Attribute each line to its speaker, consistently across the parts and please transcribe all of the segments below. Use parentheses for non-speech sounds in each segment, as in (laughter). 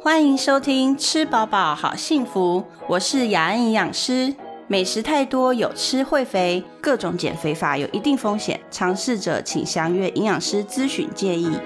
Speaker 1: 欢迎收听《吃饱饱好幸福》，我是雅安营养师。美食太多有吃会肥，各种减肥法有一定风险，尝试者请详阅营养师咨询建议。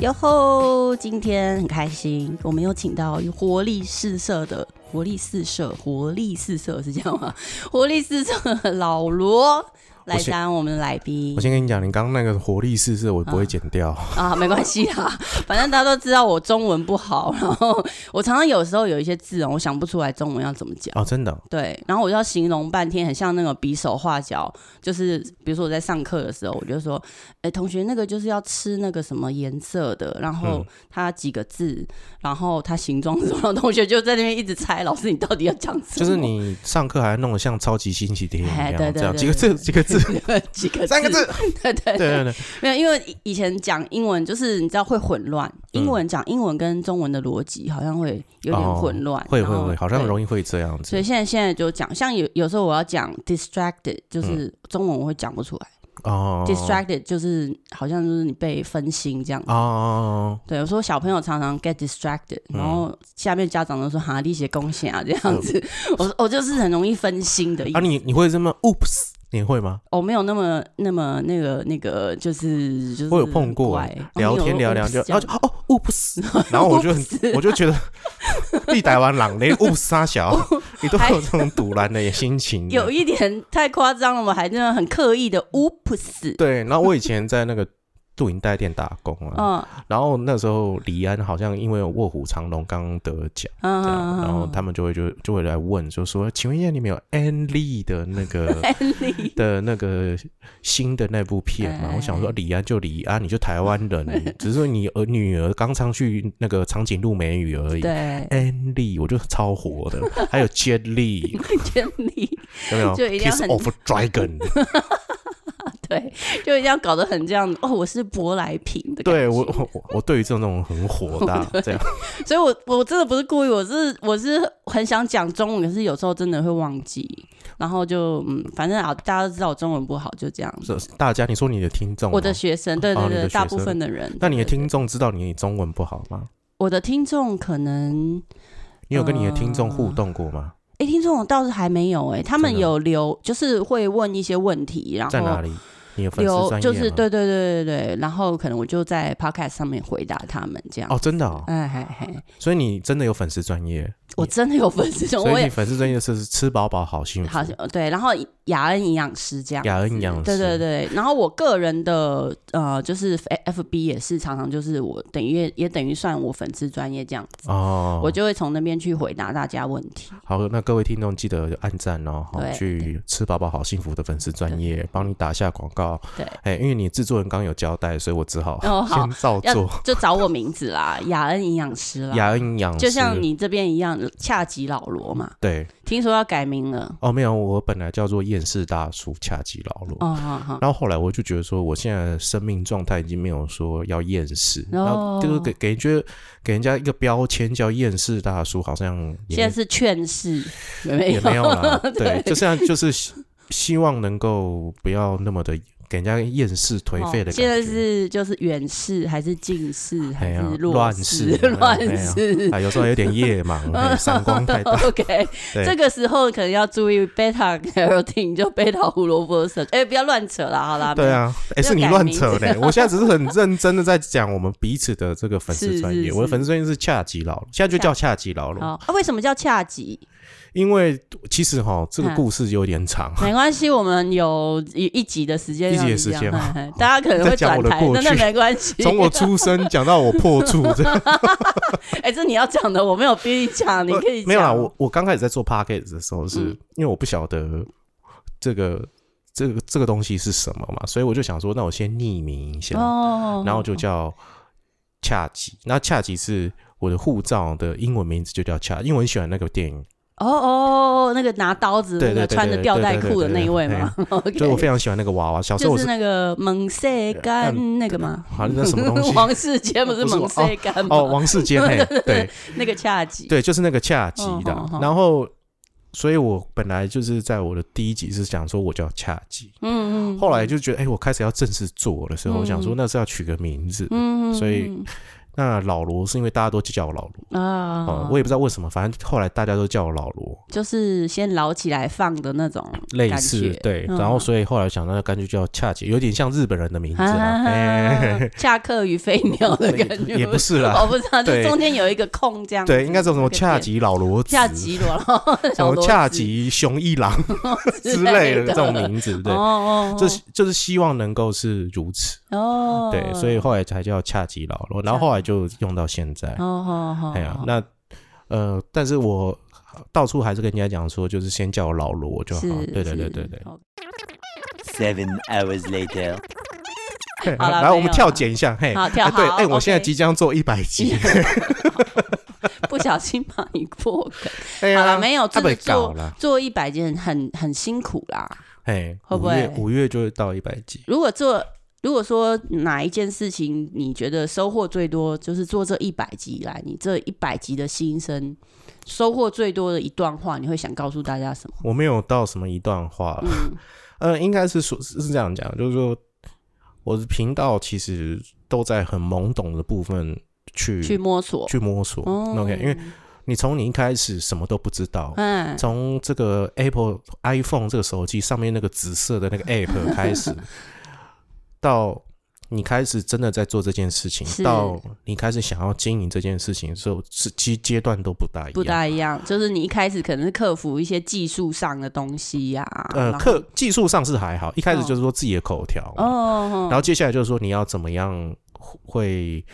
Speaker 1: 哟吼！今天很开心，我们又请到活力四射的活力四射、活力四射是这样吗？活力四射的老罗来
Speaker 2: 我先
Speaker 1: 当我们的来宾
Speaker 2: 我。先跟你讲，你刚刚那个活力四射，我不会剪掉。
Speaker 1: 啊， (laughs) 没关系啦，反正大家都知道我中文不好， (laughs) 然后我常常有时候有一些字哦，我想不出来中文要怎么讲。
Speaker 2: 哦，真的哦，
Speaker 1: 对，然后我就要形容半天，很像那个比手画脚，就是比如说我在上课的时候，我就说，哎，同学，那个就是要吃那个什么颜色的，然后
Speaker 2: 嗯
Speaker 1: 它几个字，然后它形状是什么，然后同学就在那边一直猜，老师你到底要讲什么？
Speaker 2: 就是你上课还弄得像超级星期天一
Speaker 1: 哎
Speaker 2: 样，
Speaker 1: 对对
Speaker 2: 这样
Speaker 1: 对
Speaker 2: 几个字，几个字，
Speaker 1: (laughs) 几个
Speaker 2: (laughs) 三个
Speaker 1: (laughs)
Speaker 2: 字，，
Speaker 1: 对对
Speaker 2: 对对对，
Speaker 1: 没有，因为以以前讲英文就是你知道会混乱，英文讲英文跟中文的逻辑好像会有点混乱，
Speaker 2: 哦会
Speaker 1: 然
Speaker 2: 会
Speaker 1: 后
Speaker 2: 会，好像
Speaker 1: 对
Speaker 2: 容易会这样
Speaker 1: 所
Speaker 2: 子
Speaker 1: 以。现在现在就讲，像有有时候我要讲 distracted，就是中文我会讲不出来、
Speaker 2: 哦
Speaker 1: d i s t r a c t e d 就是好像就是你被分心这样。
Speaker 2: 哦，
Speaker 1: 对，我说小朋友常常 get distracted，然后下面家长都说哈利写贡献啊这样子， (laughs) 我说我就是很容易分心的意思
Speaker 2: 嗯啊，你你会这么 oops？你会吗？
Speaker 1: 我、没有那么那么那个那个，就是就是
Speaker 2: 我有碰过
Speaker 1: 很怪
Speaker 2: 聊
Speaker 1: 哦你有
Speaker 2: 天聊聊
Speaker 1: 我不
Speaker 2: 就，
Speaker 1: 是这
Speaker 2: 然后
Speaker 1: 样
Speaker 2: 就哦 oops，然
Speaker 1: (laughs)
Speaker 2: 后我就很我就觉得立台湾朗雷 oops 沙小，你都会有这种堵拦的心
Speaker 1: 哦
Speaker 2: 情。啊
Speaker 1: 有一点太夸张了，我还真的很刻意的
Speaker 2: (laughs)
Speaker 1: oops，
Speaker 2: 对，然后我以前在那个露营代店打工啊，
Speaker 1: 嗯
Speaker 2: 然后那时候李安好像因为卧虎藏龙刚刚得奖，
Speaker 1: 嗯，
Speaker 2: 这样，然后他们就会就就会来问，就说，请问一下你们有 Ann Lee 的那
Speaker 1: (laughs)
Speaker 2: 个
Speaker 1: Andy
Speaker 2: 的那个新的那部片
Speaker 1: 哎
Speaker 2: 吗？我想说李安就李安，你就台湾
Speaker 1: (laughs)
Speaker 2: 人，只是说你儿女儿刚上去那个长颈鹿美女而已。 (laughs)
Speaker 1: 对
Speaker 2: Ann Lee 我就超火
Speaker 1: (laughs)
Speaker 2: 的，还有 Jet Lee
Speaker 1: 建立
Speaker 2: 有没有
Speaker 1: 就一定要
Speaker 2: ？Kiss
Speaker 1: 很
Speaker 2: of Dragon，
Speaker 1: (laughs) 对，就一定要搞得很这样哦，我是舶来品的感觉，(laughs)
Speaker 2: 对我我我我对于这种那种很火的这样。
Speaker 1: 所以我我真的不是故意，我是我是很想讲中文，可是有时候真的会忘记，然后就嗯，反正啊，大家都知道我中文不好，就这样。
Speaker 2: 这大家，你说你的听众吗，
Speaker 1: 我的学生，对对
Speaker 2: 哦你的
Speaker 1: 对，
Speaker 2: 学
Speaker 1: 大部
Speaker 2: 生
Speaker 1: 分的人，
Speaker 2: 那你的
Speaker 1: 对对
Speaker 2: 听众知道你中文不好吗？
Speaker 1: 我的听众可能
Speaker 2: 你有跟你的听众互动过吗？
Speaker 1: 哎、听众我倒是还没有哎、他们
Speaker 2: 真的
Speaker 1: 有留，就是会问一些问题，呃然
Speaker 2: 在哪
Speaker 1: 后
Speaker 2: 里？你的粉丝
Speaker 1: 留
Speaker 2: 专业
Speaker 1: 就是
Speaker 2: 吗
Speaker 1: 对对对对对，然后可能我就在 podcast 上面回答他们这样。
Speaker 2: 哦，真的哦，
Speaker 1: 哎嗨嗨，
Speaker 2: 所以你真的有粉丝专业，
Speaker 1: 我真的有粉丝，
Speaker 2: 所
Speaker 1: (laughs) 我
Speaker 2: 以你
Speaker 1: 也
Speaker 2: 粉丝专业是吃饱饱好幸福，
Speaker 1: 好像对，然后雅恩营养师这样。
Speaker 2: 雅恩养
Speaker 1: 对对对，然后我个人的呃，就是 F B 也是常常就是我等于也也等于算我粉丝专业这样，
Speaker 2: 哦，
Speaker 1: 我就会从那边去回答大家问题。
Speaker 2: 好，那各位听众记得按赞哦，好
Speaker 1: 对
Speaker 2: 去吃饱饱好幸福的粉丝专业帮你打下广告，
Speaker 1: 对，
Speaker 2: 哎，因为你制作人刚有交代，所以我只好
Speaker 1: 哦好
Speaker 2: 先照
Speaker 1: 要
Speaker 2: 做。
Speaker 1: 就找我名字
Speaker 2: (laughs)
Speaker 1: 啦，雅恩营养师啦。
Speaker 2: 雅恩养
Speaker 1: 就像你这边一样，恰吉老罗嘛，
Speaker 2: 对
Speaker 1: 听说要改名了。
Speaker 2: 哦，没有，我本来叫做厌世大叔恰吉老罗，
Speaker 1: 哦，好好，
Speaker 2: 然后后来我就觉得说，我现在的生命状态已经没有说要厌世，然
Speaker 1: 哦
Speaker 2: 后就是给给觉得给人家一个标签叫厌世大叔，好像也
Speaker 1: 现在是哎劝世，没。
Speaker 2: 也没有啦
Speaker 1: (laughs)
Speaker 2: 对，就现在就是希希望能够不要那么的给人家厌世颓废的感觉。
Speaker 1: 哦现在是就是远视还是近视还
Speaker 2: 哎呀
Speaker 1: 是弱
Speaker 2: 乱
Speaker 1: 视 (laughs)
Speaker 2: 世
Speaker 1: 乱
Speaker 2: 哎呀
Speaker 1: 视。
Speaker 2: 啊，有时候有点夜
Speaker 1: (laughs)
Speaker 2: 盲，哎闪光太大。
Speaker 1: OK，
Speaker 2: 对
Speaker 1: 这个时候可能要注意 (laughs) beta carotene，就 beta 胡萝卜素。哎，不要乱扯啦，好啦。
Speaker 2: 对啊，哎、是你乱扯嘞！我现在只是很认真的在讲我们彼此的这个粉丝专
Speaker 1: 是是
Speaker 2: 业，
Speaker 1: 是
Speaker 2: 我的粉丝专业是恰吉老罗，现在就叫恰吉老
Speaker 1: 没有。
Speaker 2: 罗。
Speaker 1: 好，啊为什么叫恰
Speaker 2: (laughs)
Speaker 1: 吉？
Speaker 2: 因为其实哈，这个
Speaker 1: 嗯
Speaker 2: 故事有点长，
Speaker 1: 没关系，我们有一一集的时间
Speaker 2: 一
Speaker 1: 让
Speaker 2: 集
Speaker 1: 你这
Speaker 2: 的时
Speaker 1: 样，
Speaker 2: 间吗
Speaker 1: 嘿嘿 (laughs) 大家可能会
Speaker 2: 在讲
Speaker 1: 转
Speaker 2: 我的
Speaker 1: 台，
Speaker 2: 过
Speaker 1: 真的
Speaker 2: 去
Speaker 1: 没关 (laughs) 系。
Speaker 2: 从我出生讲到我破处，这样
Speaker 1: (laughs) 哎、这你要讲的，我没有逼你讲， (laughs) 你可以讲。
Speaker 2: 没有啦。我我刚开始在做 podcast 的时候是，
Speaker 1: 嗯
Speaker 2: 因为我不晓得这个这个这个东西是什么嘛，所以我就想说，那我先匿名一下，
Speaker 1: 哦，
Speaker 2: 然后就叫恰吉。那恰吉是我的护照的英文名字，就叫恰，因为我很喜欢那个电影，
Speaker 1: 哦哦，哦那个拿刀子、
Speaker 2: 对
Speaker 1: 那
Speaker 2: 对
Speaker 1: 个
Speaker 2: 对
Speaker 1: 穿着
Speaker 2: 对
Speaker 1: 吊
Speaker 2: 对
Speaker 1: 带
Speaker 2: 对
Speaker 1: 裤的
Speaker 2: 对
Speaker 1: 那一
Speaker 2: 对
Speaker 1: 位吗
Speaker 2: 所以我
Speaker 1: ？OK，
Speaker 2: 非常喜欢那个娃娃。小时候
Speaker 1: 就
Speaker 2: 我
Speaker 1: 是
Speaker 2: 是嗯
Speaker 1: 那个蒙塞干那个吗？
Speaker 2: 好像那什么东西
Speaker 1: (laughs) 王世坚不是
Speaker 2: (laughs) 不是哦
Speaker 1: 蒙塞干吗？ (laughs)
Speaker 2: 哦，王世坚，嘿，对
Speaker 1: 那个恰吉。
Speaker 2: 对，就是那个恰吉
Speaker 1: 嗯
Speaker 2: 的
Speaker 1: 好好。
Speaker 2: 然后所以我本来就是在我的第一集是讲说我叫恰吉，
Speaker 1: 嗯嗯，
Speaker 2: 后来就觉得哎、我开始要正式做的时候，
Speaker 1: 嗯
Speaker 2: 我想说那是要取个名字，
Speaker 1: 嗯，嗯
Speaker 2: 所以那老罗是因为大家都叫我老罗。
Speaker 1: 嗯啊、
Speaker 2: 啊、我也不知道为什么，反正后来大家都叫我老罗，
Speaker 1: 就是先捞起来放的那种
Speaker 2: 类
Speaker 1: 感
Speaker 2: 似
Speaker 1: 觉
Speaker 2: 对，
Speaker 1: 嗯
Speaker 2: 然后所以后来想到干脆叫恰吉，有点像日本人的名字啊，哎、
Speaker 1: 啊，恰克与飞鸟的感觉，
Speaker 2: 也不是啦
Speaker 1: 我不知道，就
Speaker 2: 对
Speaker 1: 中间有一个空这样子，
Speaker 2: 对，应该是什
Speaker 1: 这
Speaker 2: 么
Speaker 1: 个
Speaker 2: 恰
Speaker 1: 点
Speaker 2: 吉老罗子，
Speaker 1: 恰吉罗， (laughs)
Speaker 2: 什
Speaker 1: 小
Speaker 2: 么
Speaker 1: 罗
Speaker 2: 恰
Speaker 1: 子
Speaker 2: 吉雄一郎哦之类
Speaker 1: (laughs)
Speaker 2: 的这种名字，对
Speaker 1: 哦，哦，
Speaker 2: 这
Speaker 1: 哦
Speaker 2: 是就是希望能够是如此，
Speaker 1: 哦，
Speaker 2: 对，所以后来才叫恰吉老罗，然后后来就用到现在，
Speaker 1: 哦哦哦，
Speaker 2: 哎呀，那呃，但是我到处还是跟人家讲说，就是先叫我老罗就好，
Speaker 1: 是，
Speaker 2: 对对对
Speaker 1: 是
Speaker 2: 对对。。
Speaker 1: 好
Speaker 3: Seven hours later.
Speaker 1: (laughs)
Speaker 2: 嘿
Speaker 1: 好啦
Speaker 2: 然后我
Speaker 1: 没
Speaker 2: 们
Speaker 1: 有
Speaker 2: 跳
Speaker 1: 啦
Speaker 2: 剪一下，嘿，
Speaker 1: 好跳
Speaker 2: 哎对，
Speaker 1: 好
Speaker 2: 哎，我现在
Speaker 1: OK
Speaker 2: 即将做一百集，
Speaker 1: (laughs) 不小心把你破
Speaker 2: (laughs)
Speaker 1: 梗，
Speaker 2: 哎
Speaker 1: 好
Speaker 2: 呀
Speaker 1: 了，没有，
Speaker 2: 太
Speaker 1: 这个
Speaker 2: 被搞
Speaker 1: 做
Speaker 2: 了，
Speaker 1: 做一百件很很辛苦啦。
Speaker 2: 哎，
Speaker 1: 会不
Speaker 2: 五月
Speaker 1: 会
Speaker 2: 五月就会到一百集，
Speaker 1: 如果做，如果说哪一件事情你觉得收获最多，就是做这一百集以来，你这一百集的心声，收获最多的一段话，你会想告诉大家什么？
Speaker 2: 我没有到什么一段话，
Speaker 1: 嗯，
Speaker 2: (laughs) 呃，应该是说是是这样讲，就是说我的频道其实都在很懵懂的部分去
Speaker 1: 去摸索。
Speaker 2: 嗯去摸索、
Speaker 1: 哦
Speaker 2: o k 因为你从你一开始什么都不知道。
Speaker 1: 嗯，
Speaker 2: 从这个 Apple iPhone 这个手机上面那个紫
Speaker 1: (laughs)
Speaker 2: 色的那个 App 开始，到你开始真的在做这件事情，
Speaker 1: 是
Speaker 2: 到你开始想要经营这件事情的时候，是其实阶段都不大一样。啊
Speaker 1: 不大一样，就是你一开始可能是克服一些技术上的东西呀、
Speaker 2: 呃，
Speaker 1: 然后嗯
Speaker 2: 课技术上是还好，一开始就是说自己的口条，
Speaker 1: 哦，
Speaker 2: 然后接下来就是说你要怎么样会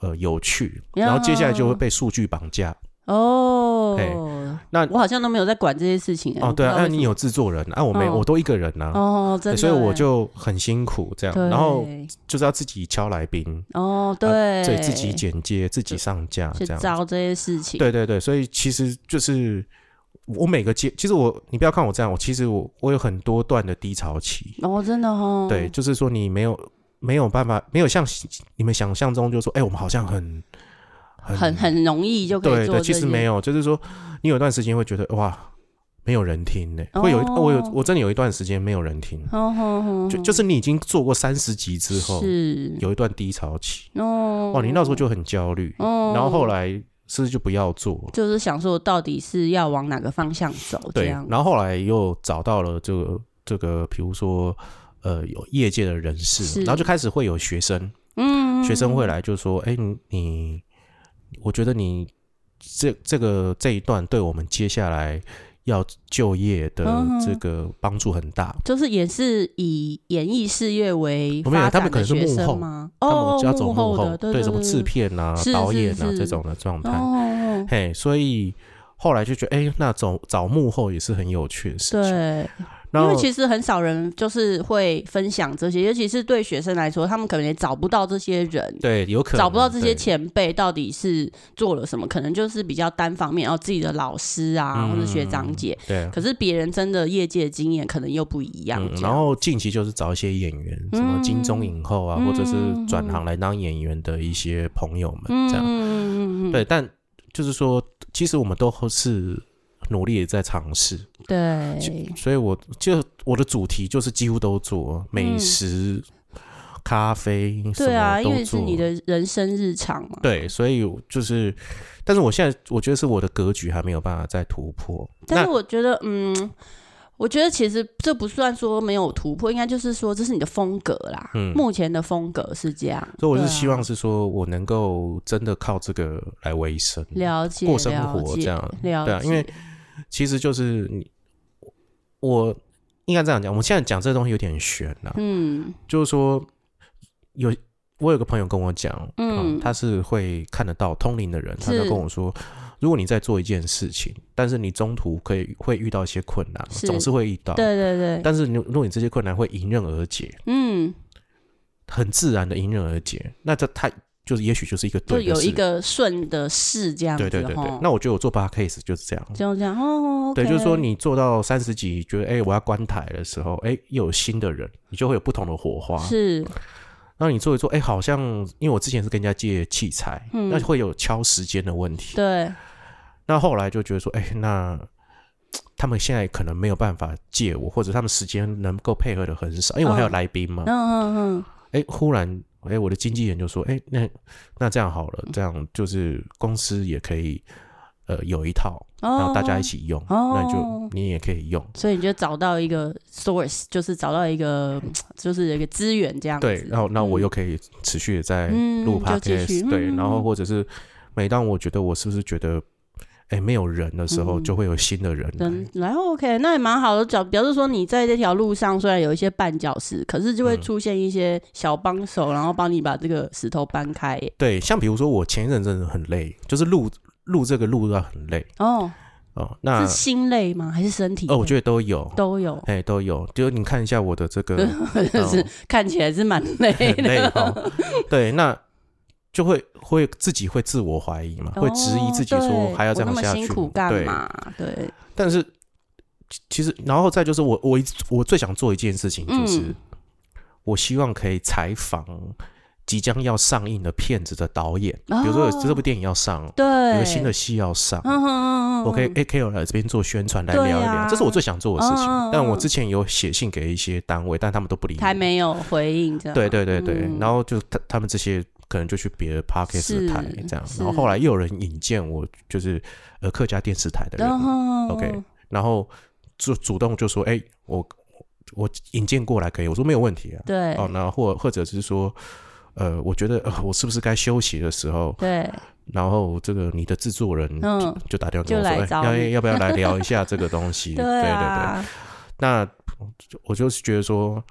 Speaker 2: 呃有趣，
Speaker 1: 呀
Speaker 2: 然后接下来就会被数据绑架。
Speaker 1: 哦，
Speaker 2: 那
Speaker 1: 我好像都没有在管这些事情、
Speaker 2: 哦，对啊，那、
Speaker 1: 那
Speaker 2: 你有制作人啊，我没，
Speaker 1: 嗯哦
Speaker 2: 我都一个人呐、啊
Speaker 1: 哦，真
Speaker 2: 对
Speaker 1: 的耶，
Speaker 2: 所以我就很辛苦这样，
Speaker 1: 对，
Speaker 2: 然后就是要自己敲来宾，
Speaker 1: 哦，对，
Speaker 2: 对自己剪接、自己上架
Speaker 1: 去
Speaker 2: 这样子，
Speaker 1: 招这些事情，
Speaker 2: 对对对，所以其实就是我每个阶，其实我你不要看我这样，我其实我我有很多段的低潮期，
Speaker 1: 哦，真的哦，
Speaker 2: 对，，就是说你没有没有办法，没有像你们想象中就说，哎、我们好像很
Speaker 1: 很很容易就可以
Speaker 2: 对
Speaker 1: 做
Speaker 2: 对，
Speaker 1: 这些。
Speaker 2: 其实没有，就是说你有一段时间会觉得哇，没有人听呢、
Speaker 1: 哦
Speaker 2: 会有一我有我真的有一段时间没有人听，
Speaker 1: 哦，吼吼
Speaker 2: 就就是你已经做过三十集之后，
Speaker 1: 是
Speaker 2: 有一段低潮期，
Speaker 1: 哦，
Speaker 2: 哇，你那时候就很焦虑，
Speaker 1: 哦，
Speaker 2: 然后后来是不是就不要做？
Speaker 1: 就是想说到底是要往哪个方向走，这
Speaker 2: 对，
Speaker 1: 样
Speaker 2: 然后后来又找到了这个这个，比如说呃，有业界的人士，
Speaker 1: 是
Speaker 2: 然后就开始会有学生，
Speaker 1: 嗯，
Speaker 2: 学生会来就说：“哎、你你，我觉得你这这个这一段对我们接下来要就业的
Speaker 1: 嗯
Speaker 2: 这个帮助很大。
Speaker 1: 就是也是以演艺事业为
Speaker 2: 我们也
Speaker 1: 发
Speaker 2: 他们
Speaker 1: 展的
Speaker 2: 可能是
Speaker 1: 学
Speaker 2: 幕
Speaker 1: 生
Speaker 2: 后
Speaker 1: 吗？
Speaker 2: 他们
Speaker 1: 哦，
Speaker 2: 就要走
Speaker 1: 幕
Speaker 2: 后，
Speaker 1: 的，对
Speaker 2: 什么制
Speaker 1: 对
Speaker 2: 片啊、
Speaker 1: 是
Speaker 2: 导
Speaker 1: 是
Speaker 2: 演啊
Speaker 1: 是
Speaker 2: 这种的状态。
Speaker 1: 哦，
Speaker 2: 嘿，所以后来就觉得，哎、那找找幕后也是很有趣的事情。
Speaker 1: 对，因
Speaker 2: 然后
Speaker 1: 为其实很少人就是会分享这些，尤其是对学生来说，他们可能也找不到这些人，
Speaker 2: 对，有可能
Speaker 1: 找不到这些
Speaker 2: 对
Speaker 1: 前辈到底是做了什么，可能就是比较单方面，哦，自己的老师啊，
Speaker 2: 嗯
Speaker 1: 或者学长姐。
Speaker 2: 对啊。
Speaker 1: 可是别人真的业界经验可能又不一样
Speaker 2: 嗯，，
Speaker 1: 这样
Speaker 2: 然后近期就是找一些演员，什么金钟影后啊，或者是
Speaker 1: 嗯
Speaker 2: 转行来当演员的一些朋友们，
Speaker 1: 嗯
Speaker 2: 这样。
Speaker 1: 嗯嗯嗯嗯
Speaker 2: 对，但就是说，其实我们都是努力的在尝试，
Speaker 1: 对
Speaker 2: 所以我就我的主题就是几乎都做美
Speaker 1: 嗯
Speaker 2: 食、咖啡，什
Speaker 1: 对啊，
Speaker 2: 么
Speaker 1: 因为
Speaker 2: 都
Speaker 1: 是
Speaker 2: 做。
Speaker 1: 你的人生日常嘛，
Speaker 2: 对，所以我就是，但是我现在我觉得是我的格局还没有办法再突破。
Speaker 1: 但
Speaker 2: 那
Speaker 1: 是我觉得，嗯，我觉得其实这不算说没有突破，应该就是说这是你的风格啦。
Speaker 2: 嗯
Speaker 1: 目前的风格是这样，
Speaker 2: 所以我
Speaker 1: 对
Speaker 2: 是
Speaker 1: 啊
Speaker 2: 希望是说我能够真的靠这个来维生，
Speaker 1: 了解
Speaker 2: 过生活
Speaker 1: 了
Speaker 2: 这
Speaker 1: 解
Speaker 2: 样。
Speaker 1: 了解，
Speaker 2: 对啊因为其实就是你，我应该这样讲，我们现在讲这东西有点悬呐、
Speaker 1: 嗯
Speaker 2: 就是说有我有个朋友跟我讲，
Speaker 1: 嗯
Speaker 2: 嗯，他是会看得到通灵的人，他
Speaker 1: 是
Speaker 2: 就跟我说，如果你在做一件事情，但是你中途可以会遇到一些困难，
Speaker 1: 是
Speaker 2: 总是会遇到，
Speaker 1: 对对对，
Speaker 2: 但是你如果你这些困难会迎刃而解，
Speaker 1: 嗯，
Speaker 2: 很自然的迎刃而解，那这他就是也许就是一个
Speaker 1: 就
Speaker 2: 对的
Speaker 1: 有
Speaker 2: 事
Speaker 1: 一个顺的事这样子
Speaker 2: 对对对对
Speaker 1: 吼，
Speaker 2: 那我觉得我做 p o d c a s e 就是这样。
Speaker 1: 就这样哦，
Speaker 2: 对，就是说
Speaker 1: OK
Speaker 2: 你做到三十集，觉得哎、我要关台的时候，哎、又有新的人，你就会有不同的火花。
Speaker 1: 是
Speaker 2: 然后你做一做，哎、好像因为我之前是跟人家借器材，
Speaker 1: 嗯
Speaker 2: 那会有敲时间的问题。
Speaker 1: 对
Speaker 2: 那后来就觉得说，哎、那嘖他们现在可能没有办法借我，或者他们时间能够配合的很少，因为我还有
Speaker 1: 嗯
Speaker 2: 来宾嘛
Speaker 1: 嗯。嗯嗯，
Speaker 2: 哎、忽然，哎、我的经纪人就说，哎、那那这样好了，这样就是公司也可以，呃，有一套，
Speaker 1: 哦，
Speaker 2: 然后大家一，起用，那你就你也可以用。
Speaker 1: 所以你就找到一个 source，就是找到一个就是一个资源这样子。嗯
Speaker 2: 对，然后那我又可以持续的在录
Speaker 1: 嗯就继
Speaker 2: podcast，、
Speaker 1: 续
Speaker 2: 对，
Speaker 1: 嗯
Speaker 2: 然后或者是每当我觉得我是不是觉得，哎，没有人的时候，
Speaker 1: 嗯
Speaker 2: 就会有新的人来。
Speaker 1: 嗯，然后 OK，那也蛮好的。表表示说你在这条路上虽然有一些绊脚石，可是就会
Speaker 2: 嗯
Speaker 1: 出现一些小帮手，然后帮你把这个石头搬开耶。
Speaker 2: 对，像比如说我前一阵真的很累，就是录录这个录到很累
Speaker 1: 哦，
Speaker 2: 哦。那
Speaker 1: 是心累吗？还是身体累？
Speaker 2: 哦，我觉得都有，
Speaker 1: 都有，
Speaker 2: 哎，都有。就是你看一下我的这
Speaker 1: (laughs)
Speaker 2: 个
Speaker 1: 是看起来是蛮累
Speaker 2: 很累
Speaker 1: 的。
Speaker 2: 哦，对，那就会会自己会自我怀疑嘛，会质疑自己
Speaker 1: 哦
Speaker 2: 说
Speaker 1: 对
Speaker 2: 还要这
Speaker 1: 我
Speaker 2: 样
Speaker 1: 那么
Speaker 2: 下去
Speaker 1: 辛苦
Speaker 2: 吗，
Speaker 1: 干
Speaker 2: 对。
Speaker 1: 嘛？对，
Speaker 2: 但是其其实，然后再就是我我一直我最想做一件事情，就是、
Speaker 1: 嗯
Speaker 2: 我希望可以采访即将要上映的片子的导演，比如说有
Speaker 1: 哦
Speaker 2: 这部电影要上，
Speaker 1: 对，
Speaker 2: 有个新的戏要上。
Speaker 1: 嗯，嗯嗯嗯，
Speaker 2: 我可以
Speaker 1: 嗯
Speaker 2: A K O 来这边做宣传，来
Speaker 1: 对
Speaker 2: 聊一聊，
Speaker 1: 啊
Speaker 2: 这是我最想做的事情。
Speaker 1: 嗯嗯嗯
Speaker 2: 但我之前有写信给一些单位，但他们都不理我。
Speaker 1: 还没有回应这样。
Speaker 2: 对对对对，
Speaker 1: 嗯
Speaker 2: 然后就他他们这些可能就去别的 podcast
Speaker 1: 是
Speaker 2: 台这样，
Speaker 1: 是
Speaker 2: 然后后来又有人引荐我，就是呃客家电视台的人，
Speaker 1: 然后
Speaker 2: OK，然后就主动就说：“哎、我我引荐过来可以。”我说没有问题啊。
Speaker 1: 对
Speaker 2: 哦，那或或者是说，呃，我觉得、呃、我是不是该休息的时候，
Speaker 1: 对，
Speaker 2: 然后这个你的制作人就,、
Speaker 1: 嗯
Speaker 2: 就打电话跟
Speaker 1: 就
Speaker 2: 我说：“
Speaker 1: 来
Speaker 2: 哎、
Speaker 1: 找
Speaker 2: 要
Speaker 1: 你
Speaker 2: 要不要来聊一下这个
Speaker 1: (laughs)
Speaker 2: 东西？”对对对。
Speaker 1: 啊，
Speaker 2: 那我就是觉得说，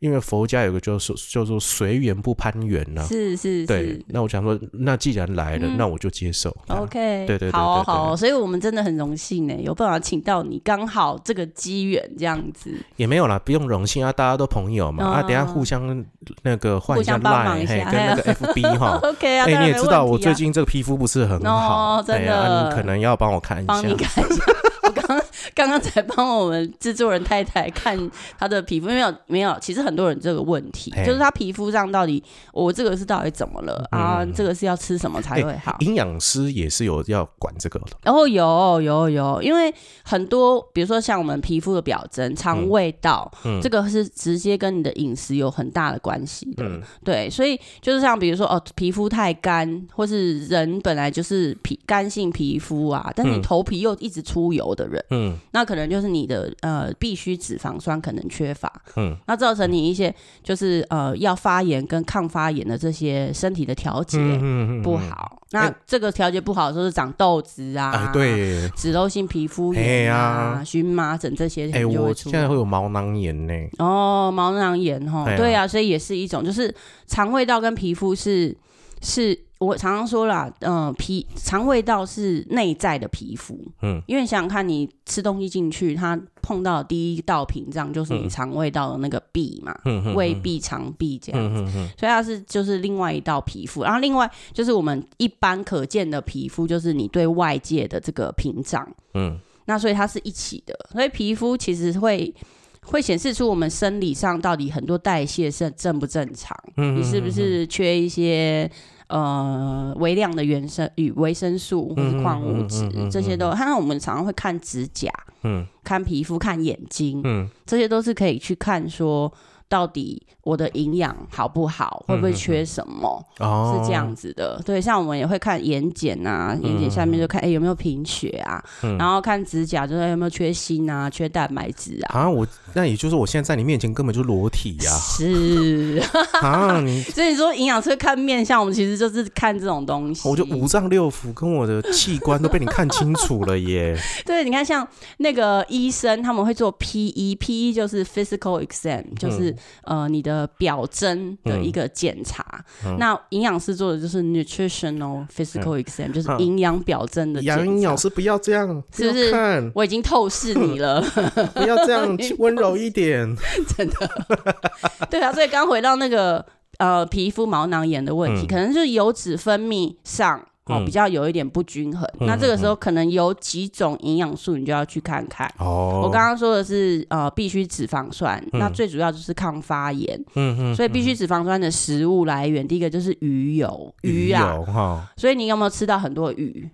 Speaker 2: 因为佛家有个叫做叫做随缘不攀缘呢、
Speaker 1: 是是
Speaker 2: 对
Speaker 1: 是，。
Speaker 2: 那我想说，那既然来了，
Speaker 1: 嗯
Speaker 2: 那我就接受。
Speaker 1: OK，
Speaker 2: 啊对对对
Speaker 1: 好哦
Speaker 2: 对对
Speaker 1: 好哦，所以我们真的很荣幸呢，有办法请到你，刚好这个机缘这样子，
Speaker 2: 也没有啦，不用荣幸啊，大家都朋友嘛、
Speaker 1: 嗯
Speaker 2: 啊，等一下互相那个换一下
Speaker 1: 互相帮忙
Speaker 2: line
Speaker 1: 一下。
Speaker 2: 嘿，跟那个 FB 哈
Speaker 1: OK 啊，
Speaker 2: 哎、
Speaker 1: 当然
Speaker 2: 你也
Speaker 1: 没
Speaker 2: 知道
Speaker 1: 问
Speaker 2: 我
Speaker 1: 题
Speaker 2: 最
Speaker 1: 啊
Speaker 2: 近这个皮肤不是很好，
Speaker 1: 哦真
Speaker 2: 哎啊
Speaker 1: 的
Speaker 2: 你可能要帮我看一下
Speaker 1: 帮。你看一下，我刚 (laughs) 刚刚才帮我们制作人太太看她的皮肤，没有没有，其实很多人这个问题
Speaker 2: 嘿
Speaker 1: 就是她皮肤上到底我这个是到底怎么了啊？
Speaker 2: 嗯哎
Speaker 1: 这个是要吃什么才会好？
Speaker 2: 营养师也是有要管这个的，
Speaker 1: 然后有有有，因为很多，比如说像我们皮肤的表征、肠胃道，
Speaker 2: 嗯
Speaker 1: 这个是直接跟你的饮食有很大的关系的。
Speaker 2: 嗯
Speaker 1: 对，所以就是像比如说哦，皮肤太干，或是人本来就是皮干性皮肤啊，但你
Speaker 2: 嗯
Speaker 1: 头皮又一直出油的人，
Speaker 2: 嗯
Speaker 1: 那可能就是你的呃必需脂肪酸可能缺乏， (laughs)
Speaker 2: 嗯，
Speaker 1: 那造成你一些就是呃要发炎跟抗发炎的这些身体的调节。
Speaker 2: 嗯
Speaker 1: 不。好，
Speaker 2: 哎
Speaker 1: 那这个调节不好，就是长痘子啊，
Speaker 2: 哎，，对，
Speaker 1: 脂漏性皮肤
Speaker 2: 哎
Speaker 1: 炎
Speaker 2: 呀
Speaker 1: 啊、荨麻疹这些，
Speaker 2: 哎、
Speaker 1: 就
Speaker 2: 我
Speaker 1: 会出
Speaker 2: 现
Speaker 1: 现
Speaker 2: 在会有毛囊炎呢、
Speaker 1: 哦，毛囊炎哈
Speaker 2: 哎，呀
Speaker 1: 对啊，所以也是一种，就是肠胃道跟皮肤是是。我常常说啦，嗯、皮肠胃道是内在的皮肤，
Speaker 2: 嗯，
Speaker 1: 因为想想看，你吃东西进去，它碰到的第一道屏障就是你
Speaker 2: 嗯
Speaker 1: 肠胃道的那个壁嘛，
Speaker 2: 嗯嗯，
Speaker 1: 胃壁、肠壁这样
Speaker 2: 嗯，
Speaker 1: 子，
Speaker 2: 嗯嗯
Speaker 1: 所以它是就是另外一道皮肤。然后另外就是我们一般可见的皮肤，就是你对外界的这个屏障，
Speaker 2: 嗯
Speaker 1: 那所以它是一起的，所以皮肤其实会会显示出我们生理上到底很多代谢是正不正常，
Speaker 2: 嗯，
Speaker 1: 你是不是缺一些呃微量的原生与维生素或是矿物质
Speaker 2: 嗯嗯嗯嗯嗯嗯，
Speaker 1: 这些都。看看我们常常会看指甲、
Speaker 2: 嗯
Speaker 1: 看皮肤、看眼睛，
Speaker 2: 嗯
Speaker 1: 这些都是可以去看说到底我的营养好不好，会不
Speaker 2: 嗯
Speaker 1: 会缺什么。
Speaker 2: 哦，
Speaker 1: 是这样子的，对，像我们也会看眼睑啊，眼睑下面就看哎、诶有没有贫血啊，
Speaker 2: 嗯
Speaker 1: 然后看指甲就是有没有缺锌啊、缺蛋白质啊，
Speaker 2: 啊！我那也就是说我现在在你面前根本就裸体
Speaker 1: (laughs)
Speaker 2: 呀、
Speaker 1: 是， (laughs)
Speaker 2: 啊！你
Speaker 1: 所以说营养师看面相，我们其实就是看这种东西。
Speaker 2: 哦我就五脏六腑跟我的器官都被你看清楚
Speaker 1: (laughs)
Speaker 2: 了耶！
Speaker 1: 对，你看像那个医生他们会做 PE，PE 就是 physical
Speaker 2: 嗯
Speaker 1: exam，就是、呃你的表征的一个检查。
Speaker 2: 嗯
Speaker 1: 那营养师做的就是 nutritional physical exam，、就是
Speaker 2: 嗯
Speaker 1: 营养表征的检
Speaker 2: 杨营
Speaker 1: 查。
Speaker 2: 老师不要这样，
Speaker 1: 是不是 (laughs)
Speaker 2: 要看，
Speaker 1: 我已经透视你了，
Speaker 2: 不要这样，温柔一点。
Speaker 1: 对啊，所以刚回到那个呃皮肤毛囊炎的问题，
Speaker 2: 嗯
Speaker 1: 可能就是油脂分泌上。哦，
Speaker 2: 嗯
Speaker 1: 比较有一点不均衡，
Speaker 2: 嗯
Speaker 1: 那这个时候可能有几种营养素，你就要去看看。
Speaker 2: 哦，
Speaker 1: 我刚刚说的是呃，必需脂肪酸，
Speaker 2: 嗯
Speaker 1: 那最主要就是抗发炎，
Speaker 2: 嗯嗯，
Speaker 1: 所以必需脂肪酸的食物来源，第一个就是鱼油，鱼啊，
Speaker 2: 有哈
Speaker 1: 所以你有没有吃到很多鱼？